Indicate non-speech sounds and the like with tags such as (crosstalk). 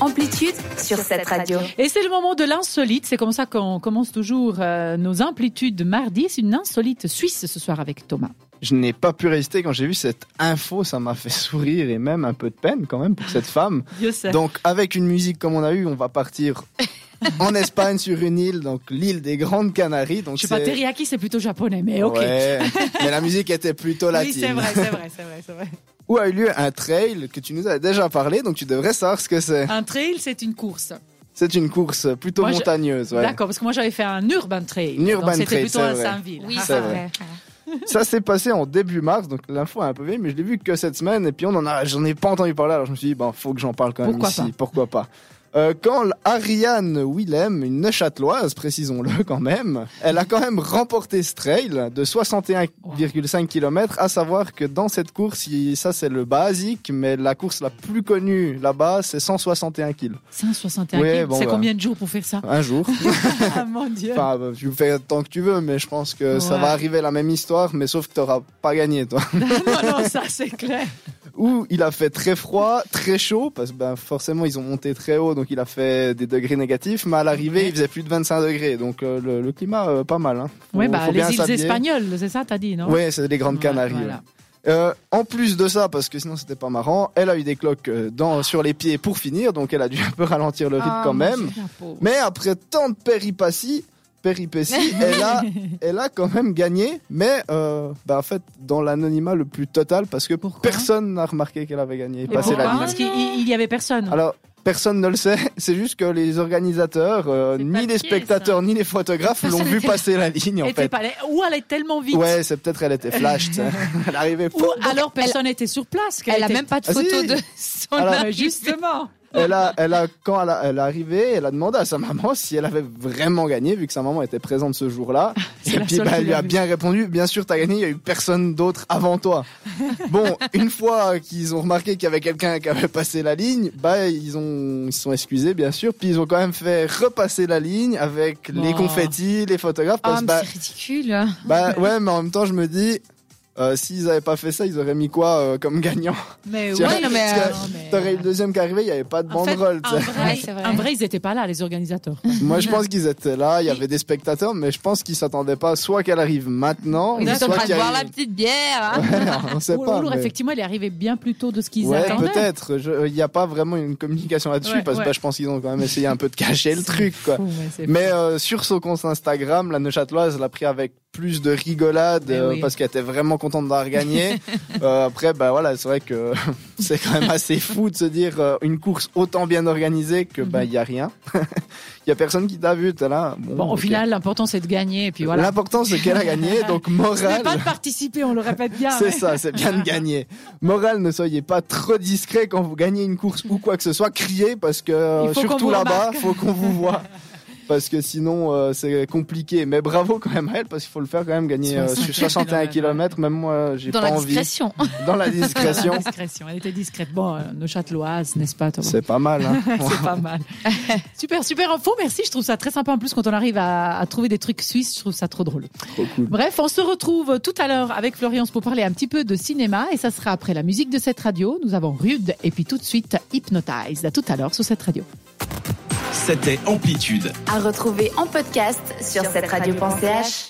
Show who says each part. Speaker 1: Amplitude sur cette radio.
Speaker 2: Et c'est le moment de l'insolite. C'est comme ça qu'on commence toujours euh, nos amplitudes mardi. C'est une insolite suisse ce soir avec Thomas.
Speaker 3: Je n'ai pas pu résister quand j'ai vu cette info, ça m'a fait (laughs) sourire et même un peu de peine quand même pour
Speaker 2: (laughs)
Speaker 3: cette femme.
Speaker 2: Dieu sait.
Speaker 3: Donc avec une musique comme on a eu, on
Speaker 2: (laughs)
Speaker 3: va partir en Espagne sur une île, donc l'île des Grandes Canaries. Donc
Speaker 2: Je sais pas,
Speaker 3: c'est-
Speaker 2: teriyaki, c'est plutôt japonais, mais ok.
Speaker 3: Ouais, mais la musique était
Speaker 2: (laughs)
Speaker 3: plutôt
Speaker 2: oui,
Speaker 3: latine.
Speaker 2: c'est vrai, c'est vrai, c'est vrai, c'est vrai.
Speaker 3: Où a eu lieu un trail que tu nous as déjà parlé, donc tu devrais savoir ce que
Speaker 2: (laughs)
Speaker 3: c'est.
Speaker 2: Un trail, c'est une course.
Speaker 3: C'est une course plutôt
Speaker 2: Ah. Moi, je-
Speaker 3: montagneuse. ouais.
Speaker 2: D'accord, parce que moi j'avais fait un urban trail.
Speaker 3: Un urban
Speaker 2: Donc, C'était
Speaker 3: trail,
Speaker 2: plutôt
Speaker 3: c'est
Speaker 2: à
Speaker 3: vrai.
Speaker 2: Saint-Ville.
Speaker 1: Oui,
Speaker 2: Ah,
Speaker 1: c'est
Speaker 2: ah,
Speaker 1: vrai.
Speaker 3: Ça s'est passé en début mars, donc l'info est un peu vieille, mais je l'ai vu que cette semaine, et puis on en a, j'en ai pas entendu parler, alors je me suis dit, ben, faut que j'en parle quand même
Speaker 2: Pourquoi
Speaker 3: ici,
Speaker 2: pas
Speaker 3: pourquoi pas. Euh, quand l- Ariane Willem, une neuchâteloise, précisons-le quand même, elle a quand même remporté ce trail de 61,5 km, à savoir que dans cette course, il- ça c'est le basique, mais la course la plus connue là-bas, c'est 161 kg.
Speaker 2: 161
Speaker 3: Ouais,
Speaker 2: kilos.
Speaker 3: bon,
Speaker 2: c'est
Speaker 3: bah.
Speaker 2: combien de jours pour faire ça (laughs)
Speaker 3: Un jour.
Speaker 2: Ah mon dieu.
Speaker 3: Enfin, bah, tu fais tant que tu veux, mais je pense que ça
Speaker 2: Ouais.
Speaker 3: va arriver la même histoire, mais sauf que t'auras pas gagné, toi.
Speaker 2: non, non, ça c'est clair.
Speaker 3: où il a fait très froid, très chaud, parce que ben, forcément ils ont monté très haut, donc il a fait des degrés négatifs, mais à l'arrivée il faisait plus de 25 degrés, donc euh, le, le climat euh, pas mal. Hein. Faut-
Speaker 2: Ouais, bah
Speaker 3: faut bien
Speaker 2: les îles
Speaker 3: s'habiller.
Speaker 2: espagnoles, c'est ça, t'as dit, non
Speaker 3: Ouais, c'est les Grandes
Speaker 2: Ouais,
Speaker 3: Canaries.
Speaker 2: voilà.
Speaker 3: ouais. Euh, en plus de ça, parce que sinon c'était pas marrant, elle a eu des cloques euh, dans, sur les pieds pour finir, donc elle a dû un peu ralentir le rythme
Speaker 2: Ah,
Speaker 3: quand
Speaker 2: mon
Speaker 3: même.
Speaker 2: Dieu, la pauvre.
Speaker 3: Mais après tant de péripéties,
Speaker 2: (laughs)
Speaker 3: péripéties elle, a, elle a quand même gagné, mais euh, bah, en fait dans l'anonymat le plus total, parce que
Speaker 2: Pourquoi
Speaker 3: personne n'a remarqué qu'elle avait gagné et
Speaker 2: Et
Speaker 3: passé la
Speaker 2: pourquoi
Speaker 3: ligne.
Speaker 2: Parce qu'il il y avait personne.
Speaker 3: Alors, personne ne le sait, (laughs) c'est juste que les organisateurs, euh,
Speaker 4: C'est
Speaker 3: ni
Speaker 4: pas
Speaker 3: les
Speaker 4: pied,
Speaker 3: spectateurs, ni les photographes l'ont vu passer la ligne, en
Speaker 2: Elle était
Speaker 3: fait.
Speaker 2: pas allée- Ou elle est tellement vite.
Speaker 3: Ouais, c'est peut-être elle était
Speaker 2: (laughs)
Speaker 3: flash, tu sais. Elle arrivait
Speaker 2: Ou
Speaker 3: pas.
Speaker 2: alors personne n'était sur place. qu'elle
Speaker 4: Elle a
Speaker 2: était-
Speaker 4: même pas de
Speaker 3: Ah, si.
Speaker 4: photo de (laughs) son
Speaker 3: Alors-
Speaker 2: Ouais,
Speaker 4: arrivée.
Speaker 2: Justement.
Speaker 3: Elle a, elle a, quand elle, a- elle est arrivée, elle a demandé à sa maman (laughs) si elle avait vraiment gagné, vu que sa maman était présente ce jour-là.
Speaker 2: (laughs) C'est
Speaker 3: Et
Speaker 2: la
Speaker 3: puis,
Speaker 2: seule
Speaker 3: bah,
Speaker 2: qui
Speaker 3: elle lui
Speaker 2: l'a
Speaker 3: a
Speaker 2: vu.
Speaker 3: bien répondu, bien sûr, t'as gagné, il y a eu personne d'autre
Speaker 2: (laughs)
Speaker 3: avant toi. Bon, une fois qu'ils ont remarqué qu'il y avait quelqu'un qui avait passé la ligne, bah, ils ont, ils se sont excusés, bien sûr, puis ils ont quand même fait repasser la ligne avec les
Speaker 2: Oh.
Speaker 3: confettis, les photographes,
Speaker 4: Ah,
Speaker 3: parce que,
Speaker 4: mais
Speaker 3: bah,
Speaker 4: c'est ridicule.
Speaker 3: bah, ouais, mais en même temps, je me dis, euh, s'ils avaient pas fait ça, ils auraient mis quoi euh, comme gagnant
Speaker 2: Mais
Speaker 3: (laughs) Tu
Speaker 2: ouais,
Speaker 3: vois,
Speaker 2: non, mais,
Speaker 3: parce que
Speaker 2: euh, mais-
Speaker 3: T'aurais eu le deuxième qui arrivait, il y avait pas de
Speaker 2: En fait,
Speaker 3: banderole. tu
Speaker 2: un
Speaker 3: sais.
Speaker 2: vrai,
Speaker 4: Ouais, c'est vrai.
Speaker 2: un vrai, ils n'étaient pas là, les
Speaker 3: (laughs)
Speaker 2: organisateurs. (laughs)
Speaker 3: Moi, je pense qu'ils étaient là, il y avait des spectateurs, mais je pense qu'ils s'attendaient pas soit qu'elle arrive maintenant,
Speaker 4: Ils étaient en
Speaker 3: soit
Speaker 4: train de
Speaker 3: qu'elle
Speaker 4: boire la
Speaker 3: arrive-
Speaker 4: petite bière. hein.
Speaker 3: Ouais, on sait
Speaker 2: Ou
Speaker 3: pas.
Speaker 2: alors,
Speaker 3: mais-
Speaker 2: effectivement, elle est arrivée bien plus tôt de ce qu'ils
Speaker 3: Ouais,
Speaker 2: attendaient.
Speaker 3: peut-être. Je- Il n'y a pas vraiment une communication là-dessus
Speaker 2: Ouais,
Speaker 3: parce que
Speaker 2: ouais.
Speaker 3: bah, je pense qu'ils ont quand même essayé un peu de cacher le truc. Quoi.
Speaker 2: Fou, ouais, c'est-
Speaker 3: Mais euh, sur son compte Instagram, la Neuchâteloise l'a pris avec plus de rigolade
Speaker 2: Mais
Speaker 3: euh,
Speaker 2: Eh oui.
Speaker 3: parce qu'elle était vraiment contente
Speaker 2: (laughs)
Speaker 3: d'avoir gagné. Euh, après, bah voilà, c'est vrai que (laughs) c'est quand même assez fou de se dire euh, une course autant bien organisée que bah il y a rien, (laughs) il y a personne qui t'a vu, t'es là.
Speaker 2: Mhm. Bon, au
Speaker 3: ok.
Speaker 2: final, l'important, c'est de gagner. Et puis voilà.
Speaker 3: L'important c'est qu'elle a gagné, donc
Speaker 2: C'est
Speaker 3: morale.
Speaker 2: pas de participer, on le répète bien.
Speaker 3: C'est
Speaker 2: mais-
Speaker 3: ça, c'est bien
Speaker 2: (laughs)
Speaker 3: de gagner. Morale, ne soyez pas trop discret quand vous gagnez une course ou quoi que ce soit. Criez parce que euh,
Speaker 2: Il faut qu'on vous
Speaker 3: surtout là-bas,
Speaker 2: remarque.
Speaker 3: faut qu'on
Speaker 2: (laughs)
Speaker 3: vous voit. Parce que sinon, euh, c'est compliqué. Mais bravo quand même à elle parce qu'il faut le faire quand même gagner euh,
Speaker 2: 61
Speaker 3: sur 61
Speaker 2: kilomètres,
Speaker 3: km. Même moi, j'ai
Speaker 4: Dans
Speaker 3: pas
Speaker 4: la
Speaker 3: envie.
Speaker 4: discrétion.
Speaker 3: Dans la
Speaker 2: Voilà, (laughs)
Speaker 3: discrétion.
Speaker 2: discrétion. Elle était discrète. Bon, euh, nos châteloises, n'est-ce pas, Thomas
Speaker 3: C'est pas mal. Hein.
Speaker 2: (laughs) C'est pas
Speaker 4: (laughs)
Speaker 2: mal. super, super info. Merci. Je trouve ça très sympa. En plus, quand on arrive à, à trouver des trucs suisses, je trouve ça trop drôle.
Speaker 3: Trop cool.
Speaker 2: Bref, on se retrouve tout à l'heure avec Florian pour parler un petit peu de cinéma et ça sera après la musique de cette radio. Nous avons Rude et puis tout de suite Hypnotize. À tout à l'heure sur cette radio.
Speaker 5: C'était Amplitude.
Speaker 1: À retrouver en podcast sur cette radio.ch.